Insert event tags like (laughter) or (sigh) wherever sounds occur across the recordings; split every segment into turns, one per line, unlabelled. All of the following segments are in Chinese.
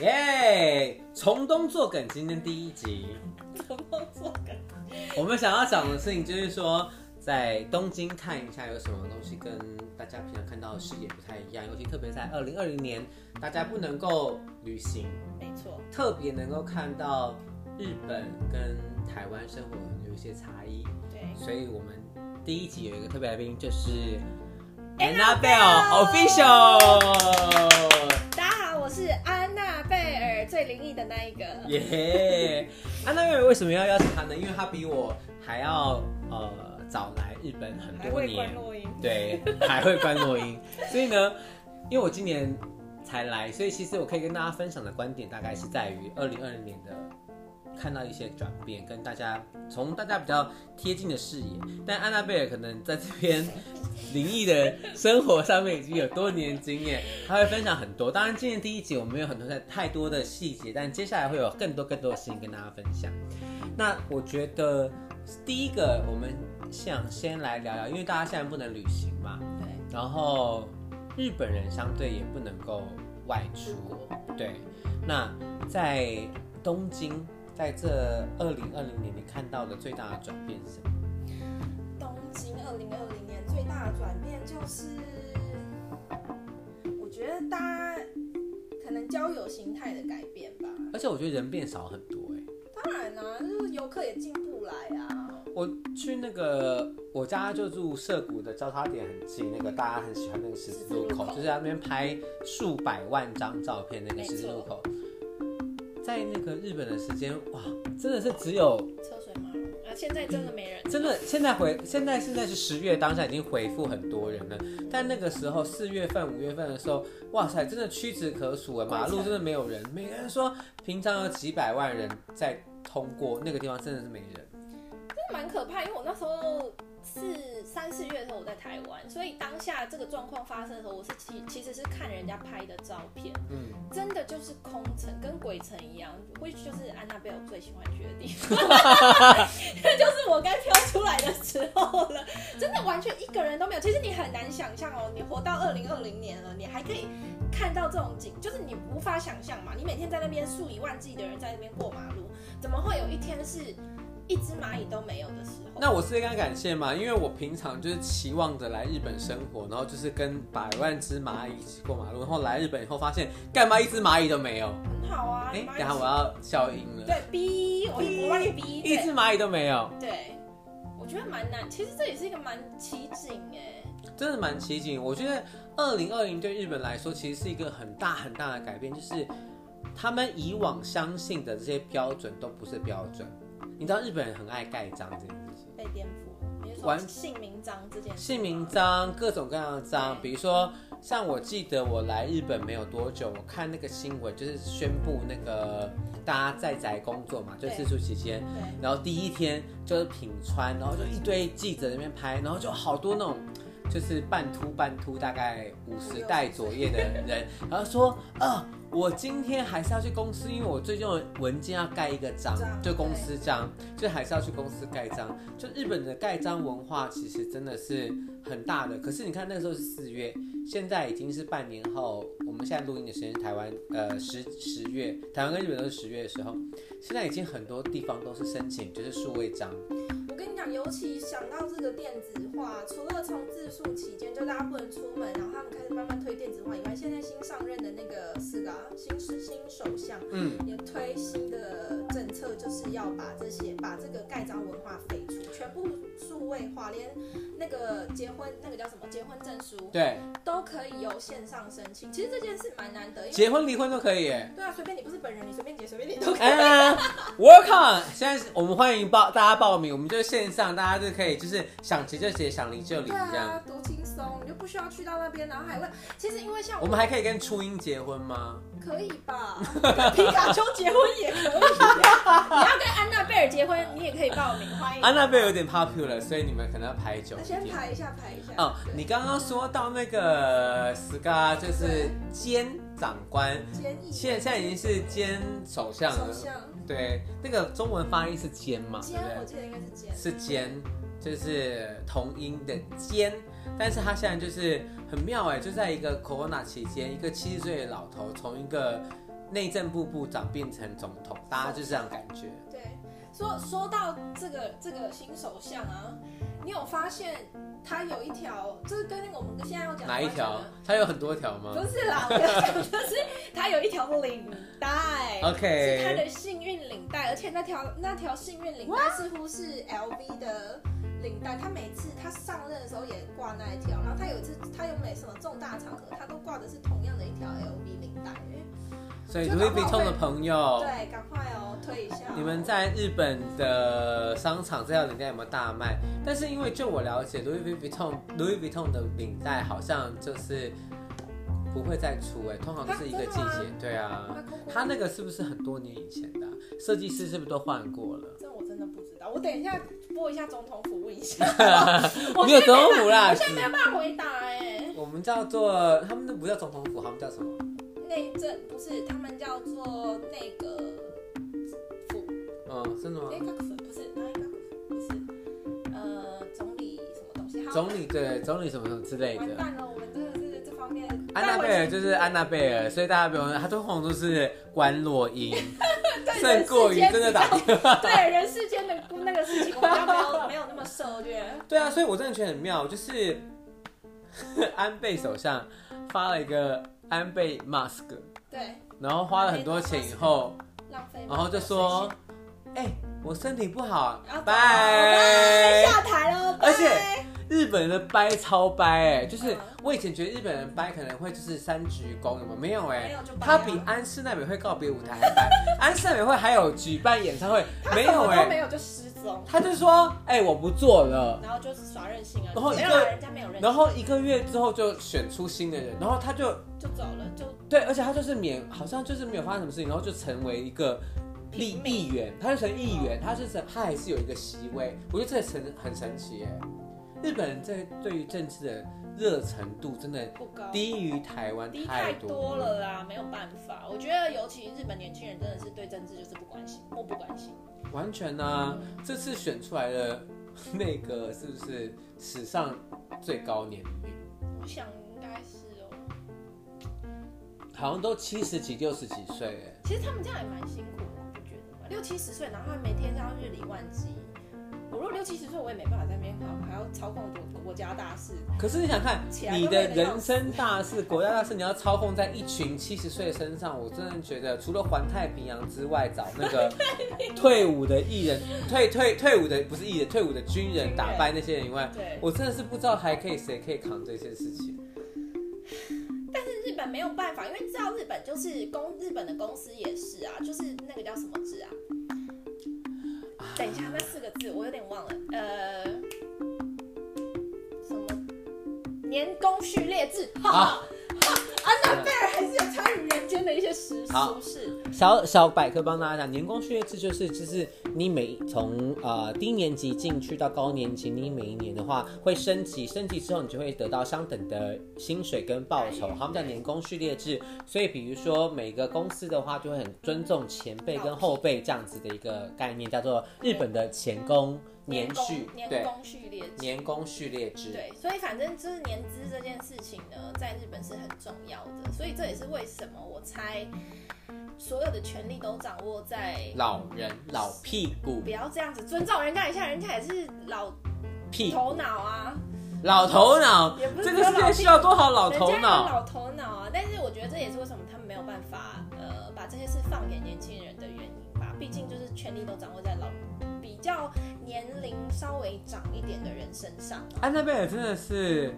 耶！从东作梗，今天第一集，
怎么做梗？
我们想要讲的事情就是说，在东京看一下有什么东西跟大家平常看到的视野不太一样，尤其特别在二零二零年，大家不能够旅行，
没错，
特别能够看到日本跟台湾生活有一些差异，
对，
所以我们第一集有一个特别来宾就是 Annabelle Official。
大家好，我是安娜贝尔最灵异的那一个。
耶！啊安娜贝尔为什么要邀请他呢？因为他比我还要呃早来日本很
还
多
会
年
关，录音，
对，还会关落音。所以呢，因为我今年才来，所以其实我可以跟大家分享的观点大概是在于二零二零年的看到一些转变，跟大家从大家比较贴近的视野。但安娜贝尔可能在这边灵异的生活上面已经有多年经验，他会分享很多。当然，今年第一集我们没有很多太太多的细节，但接下来会有更多更多的事情跟大家分享。那我觉得第一个我们想先来聊聊，因为大家现在不能旅行嘛，
对，
然后日本人相对也不能够外出，对。那在东京，在这二零二零年，你看到的最大的转变是什么？
东京二零二零年最大的转变就是，我觉得大家可能交友形态的改变吧。
而且我觉得人变少很多哎、
当然啦、就是游客也进不来啊。
我去那个我家就住涩谷的交叉点很近，那个大家很喜欢那个十字路口，
十字路口
就是在那边拍数百万张照片那个十字路口，在那个日本的时间哇，真的是只有
车水马龙，
啊，现在真的没人，
真的，现在回现在现在是十月，当下已经回复很多人了。但那个时候四月份、五月份的时候，哇塞，真的屈指可数啊！马路真的没有人，每个人说平常有几百万人在通过那个地方，真的是没人。
真的蛮可怕。因为我那时候是三四月的时候我在台湾，所以当下这个状况发生的时候，我是其其实是看人家拍的照片，
嗯，
真的就是空城，跟鬼城一样，which 就是安娜贝尔最喜欢去的地
(laughs)
方，就是我该飘出来的时候了，真的完全一个人都没有。其实你很难想象哦，你活到二零二零年了，你还可以看到这种景，就是你无法想象嘛。你每天在那边数以万计的人在那边过马路，怎么会有一天是一只蚂蚁都没有的时候？
那我是应该感谢嘛，因为我平常就是期望着来日本生活，然后就是跟百万只蚂蚁一起过马路，然后来日本以后发现干嘛一只蚂蚁都没有。
很好啊，
哎、
蚂蚁
等一下我要消音了，
对逼我我帮你逼
一
对
只蚂蚁都没有。
对，我觉得蛮难。其实这也是一个蛮奇景哎、
真的蛮奇景。我觉得二零二零对日本来说，其实是一个很大很大的改变，就是他们以往相信的这些标准都不是标准。你知道日本人很爱盖章这件事情，
被颠覆。你是说
完
姓名章这件事？
姓名。章各种各样的章，比如说像我记得我来日本没有多久，我看那个新闻就是宣布那个大家在宅工作嘛，就
对
自助期间，
对，
然后第一天就是品川，然后就一堆记者在那边拍，然后就好多那种就是半秃半秃，大概五十代左右的人，然后说啊，我今天还是要去公司，因为我最近的文件要盖一个章，
章
就公司章，就还是要去公司盖章。就日本的盖章文化其实真的是很大的，可是你看那时候是四月，现在已经是半年后，我们现在录音的时间是台湾呃十十月，台湾跟日本都是十月的时候。现在已经很多地方都是申请就是数位章，
我跟你讲，尤其想到这个电子化，除了从自述期间就大家不能出门，然后他们开始慢慢推电子化以外，现在新上任的那个是个啊新是新首相
嗯，
也推新的政策，就是要把这些把这个盖章文化废除，全部数位化，连那个结婚那个叫什么结婚证书
对，
都可以由线上申请。其实这件事蛮难得，因为
结婚离婚都可以耶。
对啊，随便你不是本人，你随便结，随便你都可以。
哎，Work on！现在是我们欢迎报大家报名，我们就是线上，大家就可以就是想结就结，想离就离
对
这样。
啊，多轻松，你就不需要去到那边，然后还问。其实因为像
我们还可以跟初音结婚吗？
可以吧，皮卡丘结婚也可以啊、你要跟安娜贝尔结婚，你也可以报
(laughs)
名，欢迎。
安娜贝尔有点 popular，所以你们可能要排久
那
一
先
点。
排一下，排一下。
哦，
对
你刚刚说到那个 Scar 就是兼长官，
建议
现在现在已经是兼首相
首
了。
相
对，那个中文发音是兼嘛，对
肩
不对，
我？记得应该是肩。
是尖，就是同音的尖，但是他欸现在就是很妙哎，就在一个 corona 期间，一个七十岁的老头从一个内政部部长变成总统，大家就这样感觉。
对，说说到这个这个新首相啊，你有发现他有一条，就是跟那个我们现在要讲的
哪一条？
啊
它有很多条吗
不是
(laughs)
啦，我要讲就是他有一条领带。是他
？OK，
的幸运领带，而且那条那条幸运领带似乎是 LV 的领带。他每次他上任的时候也挂那一条，然后他有一次他有每什么重大场合，他都挂的是同样的一条 LV 领带。
所以 Louis Vuitton 的朋友，
对，赶快哦，推一下。
你们在日本的商场这条领带有没有大卖？但是因为就我了解，Louis Vuitton Louis Vuitton 的领带好像就是不会再出哎、通常就是一个季
啊
节。对啊，它那个是不是很多年以前的啊、设计师是不是都换过了？
这我真的不知道，我等一下播一下总统府问
(laughs)
一下。
没有总统府啦
我，现在没有办法回答哎、
我们叫做他们那不叫总统府，他们叫什么？
内政不是，他们叫做那个府，
嗯，真的吗
内？阁府不是，内阁府不是，呃，总理什么东西？好
总理对，总理什么什么之类
完
的。
蛋了，我们真的是这方面。
安娜贝尔就是安娜贝尔，所以大家不用，她通常都是关落音，胜过于真的打电话。
但我觉得对人世间的那个事情，我们要没有没有那么涉略。
对啊，所以我真的觉得很妙，就是 (laughs) 安倍首相发了一个安倍 mask，
对，
然后花了很多钱以后，
浪费。
然后就说，哎、我身体不好啊
然后，走拜
拜。
下台喽，
而且
拜
日本人的掰超掰哎、就是
嗯
我以前觉得日本人掰可能会就是三鞠躬，有吗？没有哎、
没有就掰啊
他比安室奈美惠告别舞台还
(laughs)
掰。安室奈美惠还有举办演唱会，没
什
有
么
哎、
都没有就失踪，
他就说哎、我不做了。
然后就是耍任性啊，
然后
没
一
有
个
啊人家没有任性，
然后一个月之后就选出新的人，然后他就
就走了，就
对，而且他就是免，好像就是没有发生什么事情，然后就成为一个立
平民
议员，他就成议员，他是成他还是有一个席位，我觉得这个神很神奇哎。日本人在对于政治的热程度真的
不高。
低于台湾
低
太
太
多
多了啦，没有办法。我觉得尤其日本年轻人真的是对政治就是不关心，漠不关心。
完全呢、这次选出来的 (laughs) 那个是不是史上最高年龄？
我想应该是哦，
好像都七十几、六十几岁哎。
其实他们这样也蛮辛苦的，你不觉得吗？六七十岁，然后每天这样日理万机。我如果六七十岁，我也没办法在那边好，还要操控国国家大事。
可是你想看
起来都
你的
累得要
人生大
(laughs)
事、国家大事，你要操控在一群七十岁的身上，我真的觉得除了环太平洋之外，找那
(laughs)
个退伍的艺人、退退退伍的不是艺人，退伍的军
军
人
人
打败那些人以外，
对，
我真的是不知道还可以谁可以扛这些事情。
但是日本没有办法，因为你知道日本就是公日本的公司也是啊，就是那个叫什么字啊？等一下，那四个字我有点忘了，呃，什么年功序列制？哈
啊
哈，安娜贝尔还是有参与人间的一些时
好
俗事。
小小百科帮大家讲，年功序列制就是就是你每从呃低年级进去到高年级，你每一年的话会升级，升级之后你就会得到相等的薪水跟报酬
待，遇
他们叫年功序列制。所以比如说每个公司的话，就会很尊重前辈跟后辈这样子的一个概念，叫做日本的前功年序
功，年
对，
功序列制。
年功序列制。
对，所以反正就是年资这件事情呢，在日本是很重要的，所以这也是为什么我猜所有的权利都掌握在
老人老屁股
不要这样子尊重人家一下，人家也是老
屁
头脑啊，
老头脑
也，不是
这个
说
世界
老
需要多少老
人
头
家有
脑？
老头脑啊。但是我觉得这也是为什么他们没有办法呃把这些事放给年轻人的原因吧。毕竟就是权力都掌握在老比较年龄稍微长一点的人身上。
安娜贝尔真的是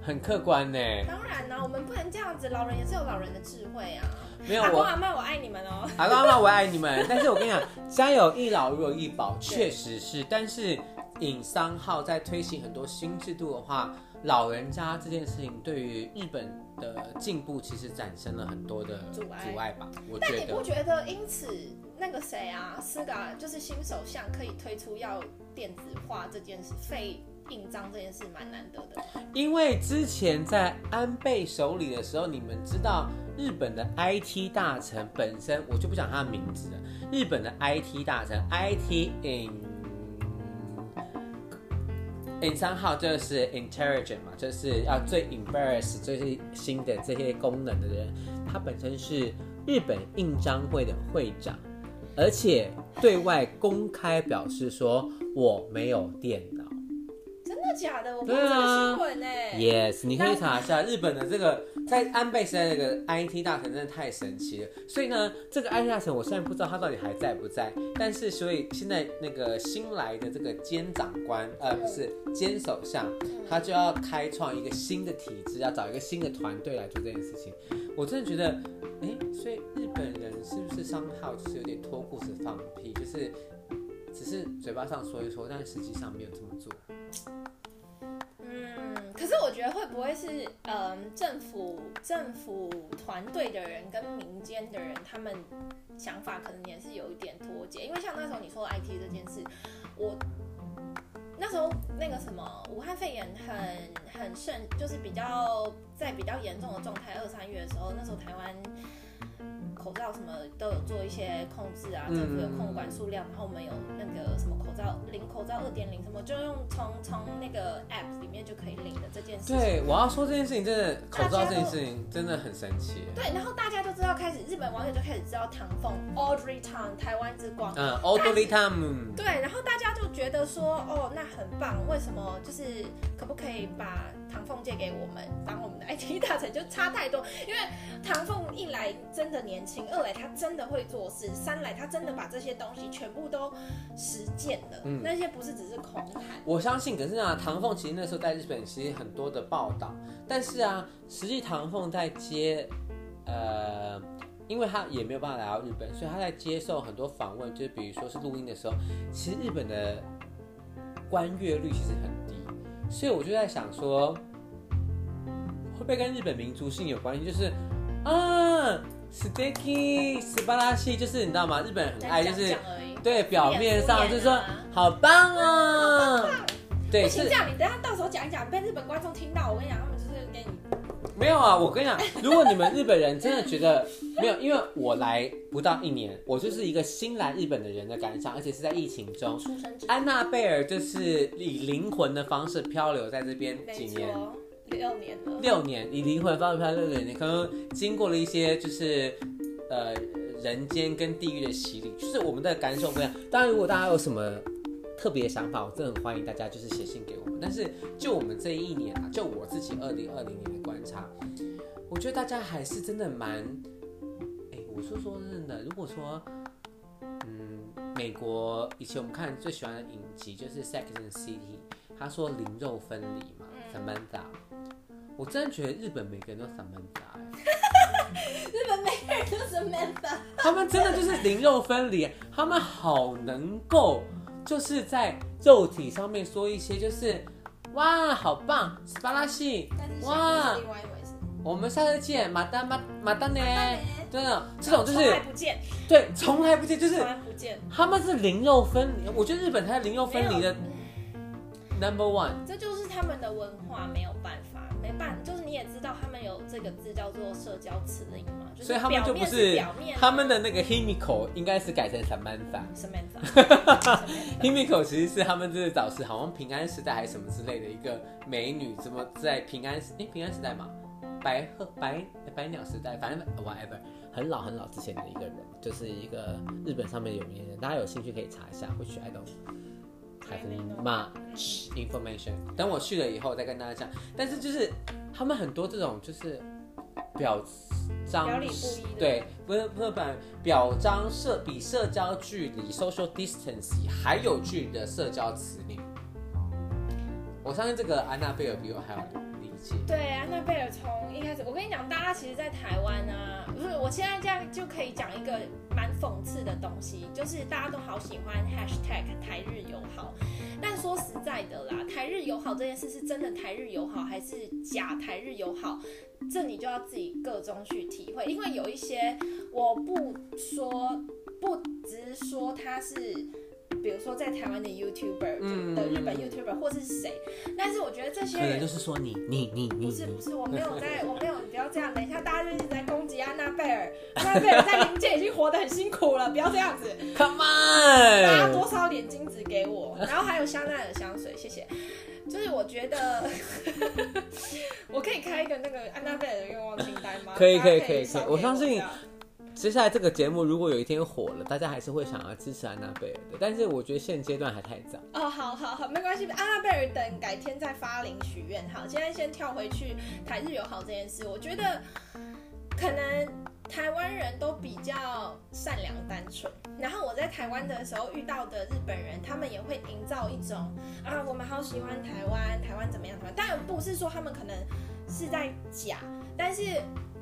很客观 (laughs) 呢，
当然啊呢、我们不能这样子，老人也是有老人的智慧啊。
没有
阿公
我。
阿妈，我爱你们哦。
阿公阿妈，我爱你们。但是我跟你讲，家有一老，如有一宝，确实是。但是尹商号在推行很多新制度的话，老人家这件事情对于日本的进步，其实产生了很多的
阻碍
阻碍吧？我
但
觉
你不
得。
觉得因此那个谁啊，斯嘎就是新首相可以推出要电子化这件事，废印章这件事蛮难得的。
因为之前在安倍手里的时候，你们知道日本的 IT 大臣本身，我就不讲他的名字了。日本的 IT 大臣，IT in in 三号就是 intelligent 嘛，就是要最 embarrass 最新的这些功能的人，他本身是日本印章会的会长，而且对外公开表示说我没有电脑。
真的假的？我不知道这个新闻呢、欸
Yes，你可以查一下日本的这个在安倍时代的这个 IT 大臣真的太神奇了。所以呢，这个 IT 大臣我现在不知道他到底还在不在，但是所以现在那个新来的这个兼长官，呃，不是兼首相，他就要开创一个新的体制，要找一个新的团队来做这件事情。我真的觉得，哎、所以日本人是不是商号就是有点脱裤子放屁，就是只是嘴巴上说一说，但实际上没有这么做。
嗯，可是我觉得会不会是嗯，政府政府团队的人跟民间的人，他们想法可能也是有一点脱节，因为像那时候你说 IT 这件事，我。那时候那个什么，武汉肺炎很很盛，就是比较在比较严重的状态，二三月的时候，那时候台湾口罩什么都有做一些控制啊，
嗯
政府有控管数量，然后我们有那个什么口罩领口罩二点零什么，就用从从那个 app 里面就可以领的这件事情。
对，我要说这件事情真的，口罩这件事情真的很神奇。
对，然后大家就知道开始，日本网友就开始知道唐凤 Audrey Tang 台湾之光，
嗯 o d o l i t a m
对，然后大家就觉得说，哦，那很棒，为什么就是可不可以把唐凤借给我们当我们的 IT (laughs) 大臣？就差太多，因为唐凤一来真的年轻，二来他真的会做事，三来他真的把这些东西全部都实践了，
嗯
那些不是只是空谈。
我相信，可是啊，唐凤其实那时候在日本其实很多的报道，但是啊，实际唐凤在接，呃，因为他也没有办法来到日本，所以他在接受很多访问，就是比如说是录音的时候，其实日本的观阅率其实很低，所以我就在想说，会不会跟日本民族性有关系？就是啊 s t e k y 斯巴拉西，就是你知道吗？日本人很爱哎就
讲
是
讲。而已。
对，表面上就是说
敷衍啊
好棒哦，对，
不行，
是
这样你等一下到时候讲一讲，被日本观众听到，我跟你讲，他们就是给你
没有啊。我跟你讲，如果你们日本人真的觉得没有，因为我来不到一年，我就是一个新来日本的人的感想，而且是在疫情中。
出生之
安娜贝尔就是以灵魂的方式漂流在这边几
没
年，
错，六年了。
六年，以灵魂方面六年，你可能经过了一些就是呃人间跟地狱的洗礼，就是我们的感受不一样。当然，如果大家有什么特别想法，我真的很欢迎大家就是写信给我们。但是就我们这一年啊，就我自己二零二零年的观察，我觉得大家还是真的蛮，哎、我是说真的，如果说。嗯，美国以前我们看最喜欢的影集就是《Sex and the City》，他说零肉分离嘛，Samantha，我真的觉得日本每个人都 Samantha，欸
(laughs) 日本每个人都是 Samantha，
他们真的就是零肉分离，他们好能够就是在肉体上面说一些就是哇好棒，斯巴拉西
但是，想
哇
是，另外一回事。
我们下次见，马丹马马丹呢
马丹呢，
真的这种就
从
是
来不见，
对从来不见，就是
从来不见。
他们是零肉分离，我觉得日本才是零肉分离的 number one。
这就是他们的文化，没有办法，没办，就是你也知道他们有这个字叫做社交辞令嘛，就
所以他们就
表
不
面
是
表面，
他们的那个 Himiko 应该是改成 Samantha。
Samantha，
(laughs) Himiko 其实是他们这个早是好像平安时代还是什么之类的一个美女，怎么在平安诶平安时代嘛，白鹤白白鸟时代，反正 whatever，很老很老之前的一个人，就是一个日本上面有名的人，大家有兴趣可以查一下，或许 I don't have much information。等我去了以后再跟大家讲，但是就是他们很多这种就是表彰
表里不一的
对，不是不是表表彰社比社交距离 （social distance） 还有距离的社交词令。我相信这个安娜贝尔比我还要理解。
对，安娜贝尔从一开始，我跟你讲，大家其实，在台湾啊，不是，我现在这样就可以讲一个蛮讽刺的东西，就是大家都好喜欢 hashtag 台日友好，但说实在的啦，台日友好这件事是真的台日友好还是假台日友好，这你就要自己各中去体会，因为有一些我不说，不直说他是。比如说，在台湾的 YouTuber
嗯
的日本 YouTuber 或是谁，但是我觉得这些
可能
人
就是说你你你你
不是不
你，
是，我没有在， (laughs) 我没有，你不要这样。等一下，大家就一直在攻击安娜贝尔， (laughs) 安娜贝尔在灵界已经活得很辛苦了，不要这
(laughs)
样子。
，Come
大家
on！
多烧点金子给我，然后还有香奈儿香水，谢谢。就是我觉得， (laughs) 我可以开一个那个安娜贝尔的愿望清单吗？
可以
大家
可以可以
烧给
我相信
这样
接下来这个节目如果有一天火了，大家还是会想要支持安娜贝尔的。但是我觉得现阶段还太早。
哦，好好好，没关系。安娜贝尔等改天再发零许愿。好，现在先跳回去台日友好这件事，我觉得可能台湾人都比较善良单纯。然后我在台湾的时候遇到的日本人，他们也会营造一种啊，我们好喜欢台湾，台湾怎么样？台湾，当然不是说他们可能是在假，但是。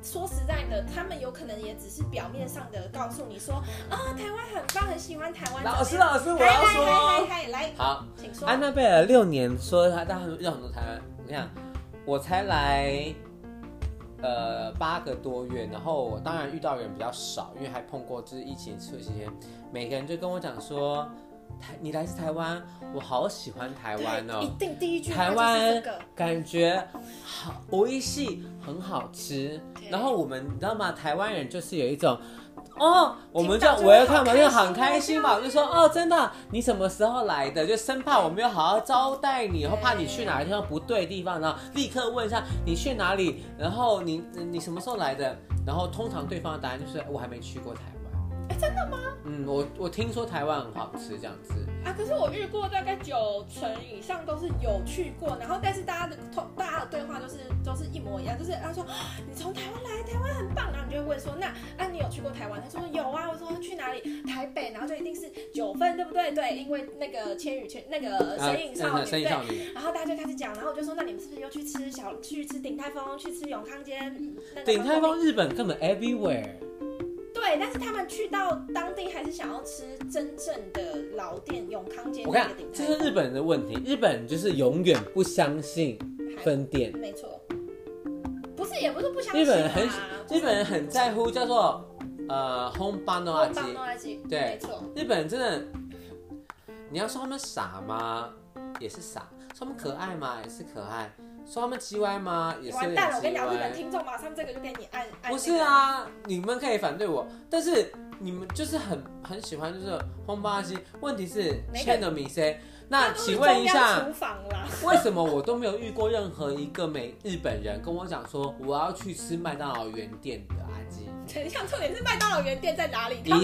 说实在的，他们有可能也只是表面上的告诉你说啊，台湾很棒，很喜欢台湾。
老师，
怎么
老师，
样
我要
嗨嗨
说，
嗨嗨，来，
好，
请说。
安娜贝尔六年说她她很让很多台湾，我跟你讲，我才来呃八个多月，然后我当然遇到人比较少，因为还碰过就是疫情这期间，每个人就跟我讲说，台你来自台湾，我好喜欢台湾
对一
哦，
定第一句话
台
就是这
湾啊
个。
感觉好，无一系很好吃
对。
然后我们你知道吗？台湾人就是有一种。哦，我们
听
叫
到就
我
会
要看嘛，
好
就
开
很
心
开
啊
心
就
嘛，
好
我就说哦，真的，你什么时候来的？就生怕我没有好好招待你，然后怕你去哪个地方不对地方，然后立刻问一下你去哪里，然后你你什么时候来的？然后通常对方的答案就是我还没去过台湾。
哎，真的吗？
嗯，我我听说台湾很好吃这样子。
啊，可是我遇过大概九成以上都是有去过，然后但是大家的通大家的对话都是都是一模一样，就是他说啊你从台湾来，台湾很棒，然后你就会问说那啊你有去过台湾？他说有啊，我说去哪里？台北，然后就一定是九份，对不对？对，因为那个千与千那个
啊
神隐少女，
生意
对。
少女，
然后大家就开始讲，然后我就说，那你们是不是又去吃小去吃鼎泰丰，去吃永康街？那个
鼎泰
方便面
丰日本根本 everywhere。
对，但是他们去到当地还是想要吃真正的老店永康街
我
那
看
个鼎
这
泰
是日本人的问题，日本人就是永远不相信
丰，
分店
还，没错，不是也不是不相信、啊、
日本人很
就是
日本人很在乎叫做呃 home b a n o
我
a
帮诺亚基，
对
没错，
日本人真的，你要说他们傻吗？也是傻；说他们可爱吗？也是可爱；说他们叽歪吗？也是有
完
点
蛋了！我跟你
叽
讲，日
歪
本。听哎众马上这个就给你按按、那个
不是，啊，你们可以反对我，但是你们就是很很喜欢就是轰巴西。问题是
每个
欠的米 C，那
都是
请问一
中央
下，
厨房啦， (laughs)
为什么我都没有遇过任何一个美日本人跟我讲说我要去吃麦当劳原店的阿基？
等一下，重点是麦当劳原店在哪里他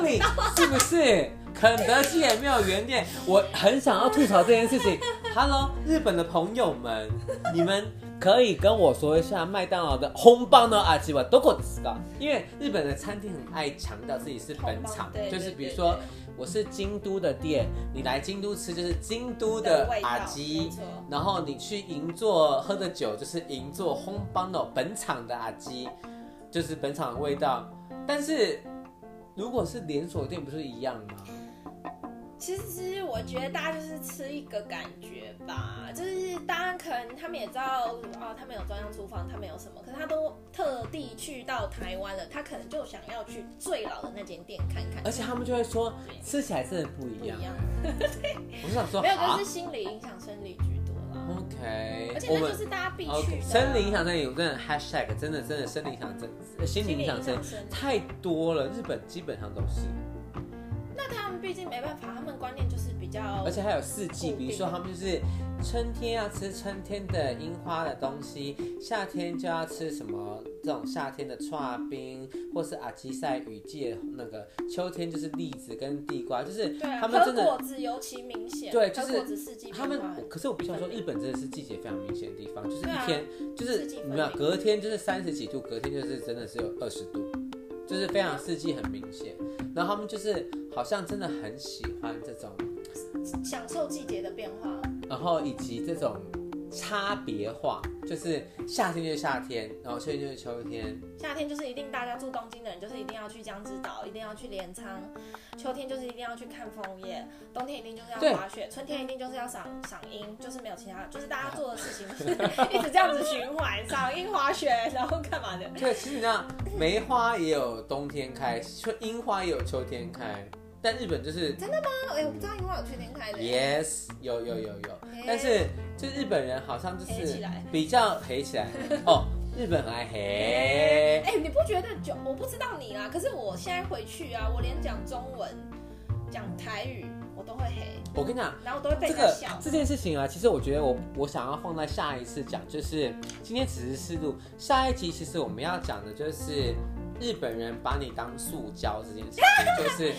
们也找不 (laughs)
Exactly，是不是？肯德基也没有原店，我很想要吐槽这件事
(laughs)
情。Hello，日本的朋友们，你们可以跟我说一下麦当劳的红棒呢阿基吧，都够知道。因为日本的餐厅很爱强调自己是本场
红棒，对
就是比如
对对
说我是京都的店，你来京都吃就是京都
的
的
味道
阿
没
基。
错
然后你去银座喝的酒就是银座烘帮的本场的阿基，就是本场的味道。但是如果是连锁店，不是一样吗？
其实我觉得大家就是吃一个感觉吧，就是当然可能他们也知道哦，他们有中央厨房，他们有什么，可是他都特地去到台湾了，他可能就想要去最老的那间店看看。
而且他们就会说
对
吃起来真的不
不
一
一
样。
样，
我就想说，
没有，
啊
就是心理影响生理居多啦。
OK，
而且
我
那
们
就是大家必去
OK，
的。啊
生理影响真的有真的 Hashtag，真的真的生理影响真，呃心理
心理
影
影
响
响
真
生
的
理。
太多了，日本基本上都是，
那他们毕竟没办法，他们观念就是比较
而且还有四季，
固
比
定
如说他们就是春天要吃春天的樱花的东西，夏天就要吃什么这种夏天的串冰，或是阿基赛雨季的那个，秋天就是栗子跟地瓜，就是
对啊，
他们真的
喝果子尤其明显，
对就是
喝果子四季
他
变
们
化，
可是我必须要说，日本真的是季节非常明显的地方，就是
对
一
啊
天，就是
四季分
没有
明
隔天就是三十几度，隔天就是真的是有二十度，就是非常四季很明显。然后他们就是好像真的很喜欢这种，
享受季节的变化。
然后以及这种差别化，就是夏天就是夏天，然后秋天就是秋
(laughs)
天，
夏天就是一定大家住东京的人就是一定要去江之岛，一定要去镰仓；秋天就是一定要去看枫叶，冬天一定就是
对
要滑雪，春天一定就是要赏赏樱，就是没有其他，就是大家做的事情就是一直这样子循环，赏樱、滑雪，然后干嘛的？
对，其实你知道，梅花也有冬天开，春樱花也有秋天开，但日本就是
那 (laughs) 哎，我不知道樱花有秋天开的，
yes 有有有有
哎，
但是就日本人好像就
黑
是
起来。
比较黑
(laughs)
起来哦，日本很爱黑，
哎、你不觉得就我不知道你啦，可是我现在回去啊，我连讲中文、讲台语我都会黑，
我跟你讲。
然后我都会被
这
人家
个
笑。
这件事情啊，其实我觉得我我想要放在下一次讲，就是今天只是试录，下一集其实我们要讲的就是日本人把你当塑胶这件事情，
(laughs)
就是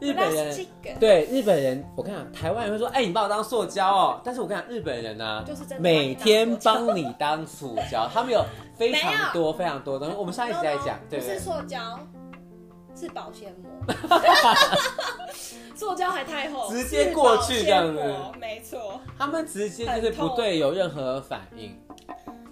日本人
Plastic
对日本人，我跟你讲，台湾人会说，哎、你把我当塑胶哦，但是我跟你讲，日本人呢、
就是真的把你当
每天帮你当塑胶，他们有非常多非常多的东西，我们上一集在讲，对
不
不对
是？塑胶，是保鲜膜，
(laughs)
塑胶还太厚，
直接过去这样子
是保鲜膜没错。
他们直接就是
很痛
不对有任何反应。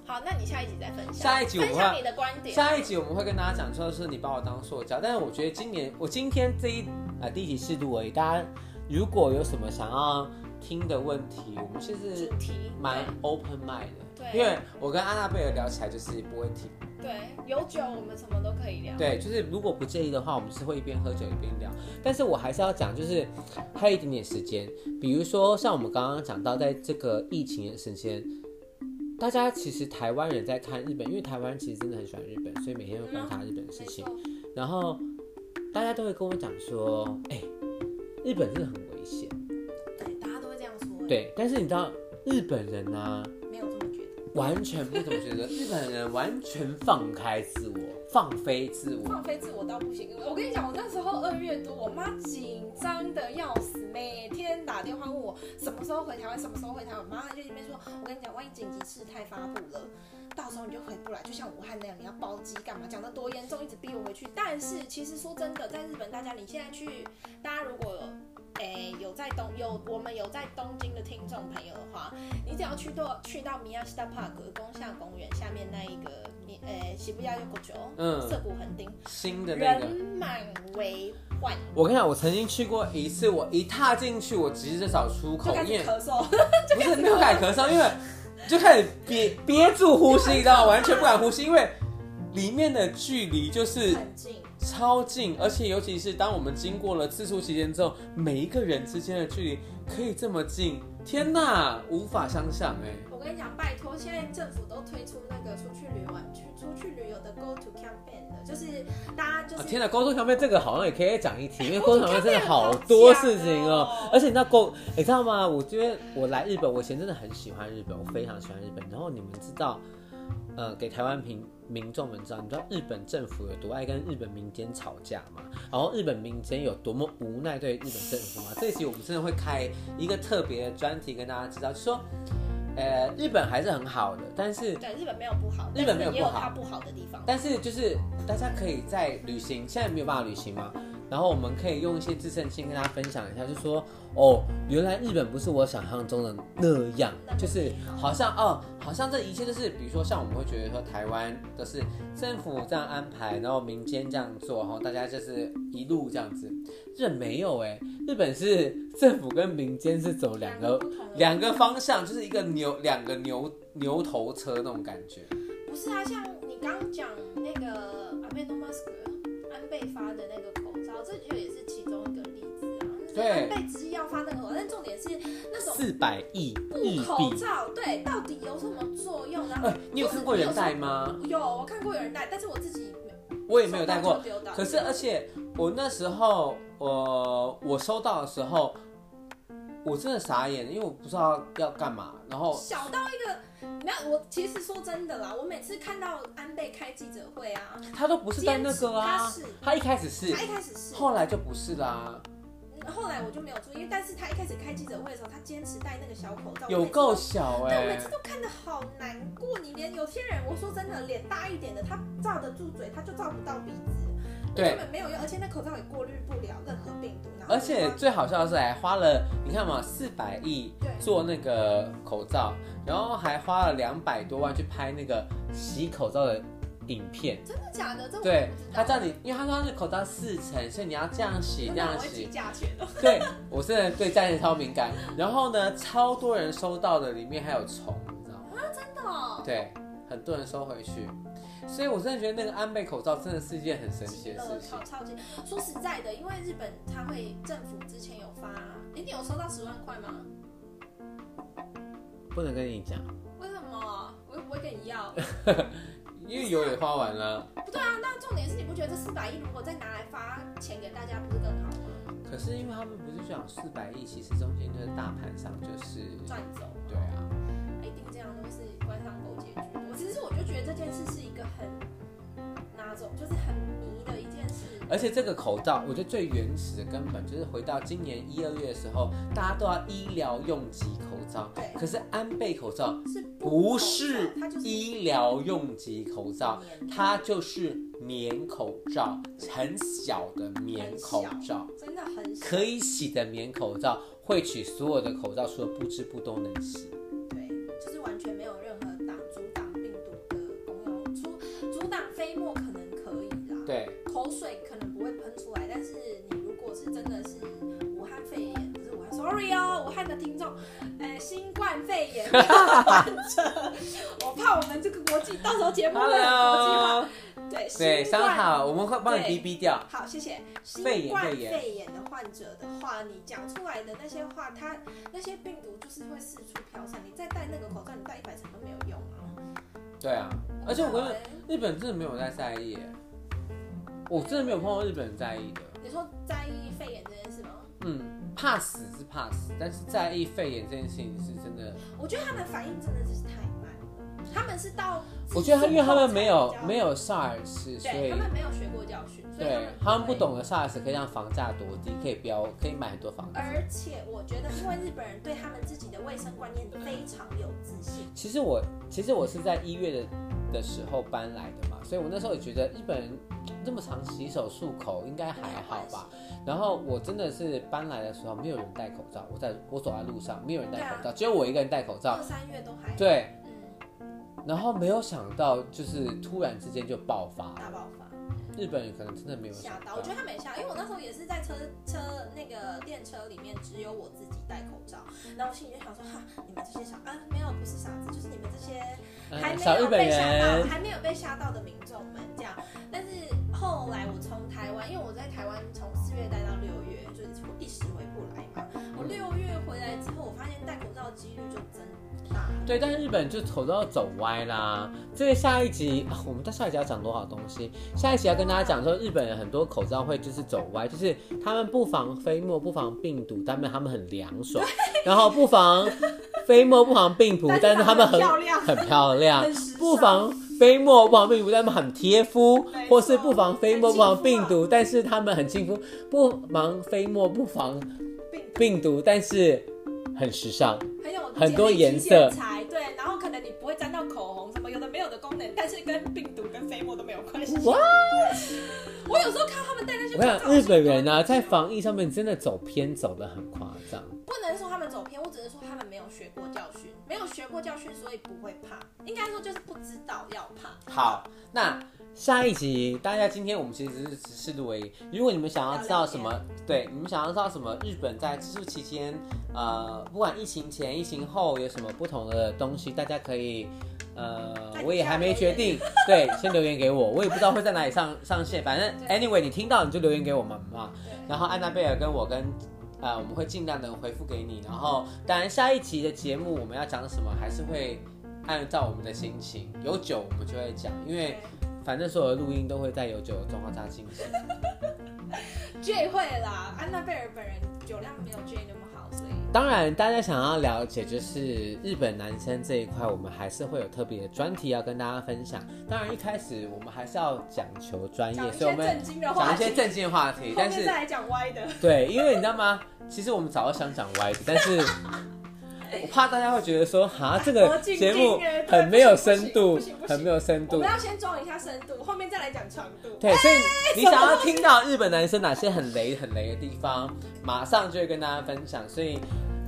好，那你下一集再分享，
下一集我们
分
会
享你的观点，
下一集我们会跟大家讲，说是你把我当塑胶，但是我觉得今年我今天这一啊、第一集适度而已，大家如果有什么想要听的问题，我们其实
主题
蛮 open mind 的，
对
因为我跟安娜贝尔聊起来就是不会停，
对对有酒，我们什么都可以聊。
对，就是如果不介意的话，我们是会一边喝酒一边聊，但是我还是要讲，就是还有一点点时间，比如说像我们刚刚讲到，在这个疫情的时间。大家其实台湾人在看日本，因为台湾人其实真的很喜欢日本，所以每天会观察日本的事
没
情
错。，
然后大家都会跟我讲说，哎、日本真的很危险。
对，大家都会这样说。，
对，但是你知道日本人呢、
没有这么觉得，
完全不怎么觉得，日本人完全放开自我，放飞自我。
放飞自我倒不行。我跟你讲，我那时候二月多，我妈紧张的要死，每天打电话问我什么时候回台湾，什么时候回台湾。我妈就一边说，我跟你讲，万一紧急事态发布了。到时候你就回不来，就像武汉那样，你要包机干嘛？讲的多严重，一直逼我回去。但是其实说真的，在日本，大家你现在去，大家如果诶、有在东有我们有在东京的听众朋友的话，你只要去到去到 Miyashita Park 宫下公园下面那一个，你诶喜不亚有个酒，
嗯
涩谷横丁，
新的那个
人，满为患，
我跟你讲，我曾经去过一次，我一踏进去，我直接找出口
就开，始
因为
咳嗽，
不是没有敢咳嗽，因为就开始憋憋住呼吸，你知道吗？完全不敢呼吸，因为里面的距离就是
很近，
超近，而且尤其是当我们经过了自述期间之后，每一个人之间的距离可以这么近，天呐，无法想象哎、
我跟你讲，拜托，现在政府都推出那个出去旅玩、去出去旅游的 Go to campaign 了，就是大家就
啊
是、哎
天呐，沟通条面这个好像也可以再讲一题，因为沟
沟
通
通
条面
条面
真
真
的
的
好
好啊
多
多
事
事
情
情
哦
哦。
而且你知道沟，你知道吗？我觉得我来日本，我以前真的很喜欢日本，我非常喜欢日本。然后你们知道，呃，给台湾民民众们知道，你知道日本政府有多爱跟日本民间吵架吗？然后日本民间有多么无奈对日本政府吗？这一集我们真的会开一个特别的专题跟大家知道，就说，呃，日本还是很好的，但是
对日本没有不好，
日本没有不好
但是也有它不好的地方。
但是就是大家可以在旅行，现在没有办法旅行嘛，然后我们可以用一些自身经跟大家分享一下，就说哦，原来日本不是我想象中的那样，就是好像哦，好像这一切都是，比如说像我们会觉得说台湾都是政府这样安排，然后民间这样做，然后大家就是一路这样子，日本没有哎、日本是政府跟民间是走两个
不同的
两个方向，就是一个牛两个牛牛头车那种感觉。
不是啊，像你刚刚讲那个 a m e d o Musk 安倍发的那个口罩，这就也是其中一个例子啊。
对
安倍执意要发那个口罩，但重点是那种
四百亿
布
亿
口
币。
罩，对，到底有什么作用？然后
哎，你有看过人戴吗？
有，我看过有人戴，但是我自己
我也没有戴
收到
过
就。丢到
可是，而且我那时候，呃，我收到的时候，我真的傻眼，因为我不知道要干嘛。然后，
小到一个，没有我其实说真的啦，我每次看到安倍开记者会啊，
他都不是戴那个啊
坚持他是，
他一开始是
他，一开始是，
后来就不是啦、
嗯后来我就没有注意，但是他一开始开记者会的时候，他坚持戴那个小口罩，
有够小
我
哎、
每次都。对，我每次都看得好难过。你连有些人，我说真的，脸大一点的，他罩得住嘴，他就罩不到鼻子，根
对，
本没有用。而且那口罩也过滤不了任何病毒。然后
而且最好笑的是，还花了你看嘛，四百亿
对
做那个口罩，然后还花了两百多万去拍那个洗口罩的影片。
真的假的？这我
对
不知道
他叫你，因为他说他是口罩四层，所以你要这样洗
我
这样
哪会计
洗。
价钱的，
对我真的对价钱超敏感。然后呢，超多人收到的里面还有虫，你知道吗？
真的哦。
对，很多人收回去。所以我真的觉得那个安倍口罩真的是一件很神奇的事
(laughs)
情
超。超级。说实在的，因为日本它会政府之前有发，诶你有收到十万块吗？
不能跟你讲，
为什么？我又不会跟你要。
因为油也花完了。
不对啊，那重点是你不觉得这四百亿如果再拿来发钱给大家，不是更好吗？
可是因为他们不是讲四百亿，其实中间就是大盘上就是，
赚走，
对啊，
一定这样都是官商勾结局的。我其实我就觉得这件事是一个很拿走，就是很迷
而且这个口罩，我觉得最原始的根本就是回到今年一二月的时候，大家都要医疗用级口罩
对，
可是安倍口罩
是
不
口罩
是
它就是
医疗用级口罩，它就是棉口罩，很小的棉口罩，
真的很小
可以洗的棉口罩，会取所有的口罩，除了不织布都能洗。
对，就是完全没有任何挡阻挡病毒的功用，阻阻挡飞沫可能可以啦，
对，
口水可能不会喷出来，但是你如果是真的是武汉肺炎，不是武汉，sorry 哦，武汉的听众，呃，新冠肺炎的患者， (laughs) 我怕我们这个国际到时候节目会很国际化，
(laughs) Hello，
对，
对，
新冠
刚好我们会帮你
对
BB 掉。
好，谢谢。新
肺炎
冠
肺炎
肺炎的患者的话，你讲出来的那些话，它那些病毒就是会四处飘散。你再戴那个口罩，你戴一百层都没有用啊。
对啊，而且我跟日本真的没有在在意耶，我真的没有碰到日本人在意的。
你说在意肺炎这件事吗？
嗯，怕死是怕死，但是在意肺炎这件事情是真的。
我觉得他们反应真的是太慢了，他们是到
我觉得他因为他们没有没
有，
有 SARS，所
对
以
他们没有学过教训，所以
对
他
他
们
们
会
不。懂得 SARS 可以让房价多低，可以标可以买很多房子。
而且我觉得，因为日本人对他们自己的卫生观念非常有自信，
其实我其实我是在一月的的时候搬来的嘛，所以我那时候也觉得日本人这么常洗手漱口应该还好吧。然后我真的是搬来的时候没有人戴口罩，我在我走在路上没有人戴口罩，
啊
只有我一个人戴口罩
二。三月都还，
对，
嗯，
然后没有想到就是突然之间就爆发，
大爆发。
日本人可能真的没有
吓
想
到，
到
我觉。得他没吓，因为我那时候也是在车车那个电车里面，只有我自己戴口罩，然后我心里就想说，哈，你们这些傻啊，没有不是傻子，就是你们这些
嗯，
还没
小日
有
本
被吓到，
人，
还没有被吓到的民众们这样。但是后来我从台湾，因为我在台湾从四月待到六月，就是一时回不来嘛。我六月回来之后，我发现戴口罩的几率就真的大。
对，但日本就口罩走歪啦。这个下一集、啊，我们到下一集要讲多少东西？下一集要跟大家讲说，日本人很多口罩会就是走歪，就是他们不防飞沫，不防病毒，但是他们很凉爽，然后不防飞沫，不防
(laughs)
病毒，但是他们很
漂亮，
很漂亮
很时尚，
不防飞沫，不防病毒，但他们很贴肤
没错，
或是不防飞沫，不
很亲肤啊
防病毒，但是他们很亲肤，不防飞沫，不防病毒，但是很时尚。
很有
很多颜色
才对，然后可能你不会沾到口红什么有的没有的功能，但是跟病毒跟飞沫都没有关系。
哇！
我有时候看他们戴那些
我
口罩
跟你讲，日本人啊，
我心
在
里都
防疫上面真的走偏，走得很夸张。
不能说他们走偏，我只是说他们没有学过教训，没有学过教训，所以不会怕。应该说就是不知道要怕。
好，那下一集大家今天我们其实只是只是录而已。如果你们想要知道什么，对，你们想要知道什么日本在自助期间，呃，不管疫情前、疫情后有什么不同的东西，大家可以。呃，我也还没决定， (laughs) 对，先留言给我，我也不知道会在哪里上上线，反正 anyway 你听到你就留言给我们嘛。然后安娜贝尔跟我跟呃，我们会尽量的回复给你。然后，当然下一期的节目我们要讲什么，还是会按照我们的心情，有酒我们就会讲，因为反正所有的录音都会在有酒的状况下进行。
J 会啦，安娜贝尔本人酒量没有 J 那么好，所以
当然，大家想要了解就是日本男生这一块，我们还是会有特别的专题要跟大家分享。当然，一开始我们还是要讲求专
讲
业，
一
所以
些
我们
正经的
讲
话
一些
题，
正经的话题，
后
但
面
是
再来讲歪的。
对，因为你知道吗？其实我们早就想讲歪的，但是我怕大家会觉得说，哈，这个
我进
节目
进耶对
很没有深
不
度
行不行不行不，行
很没有深
我
度
们。哎要先装一下深度，后面再来讲长度。
对，所以你想要听到日本男生哪些很雷、很雷的地方，马上就会跟大家分享。所以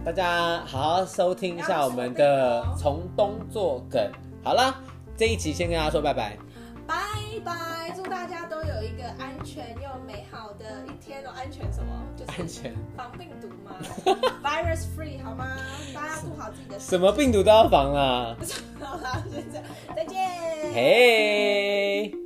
大家好好收听一下我们的
不要
《
错
从东作梗》。好啦，这一集先跟大家说拜拜。
拜拜！祝大家都有一个安全又美好的一天哦！安全什么？就
安
是
全，
防病毒
(laughs)
吗？Virus free 好吗？大家顾好自己的
什么病毒都要防啦。
身体。好啦，就这样，再见。
嘿。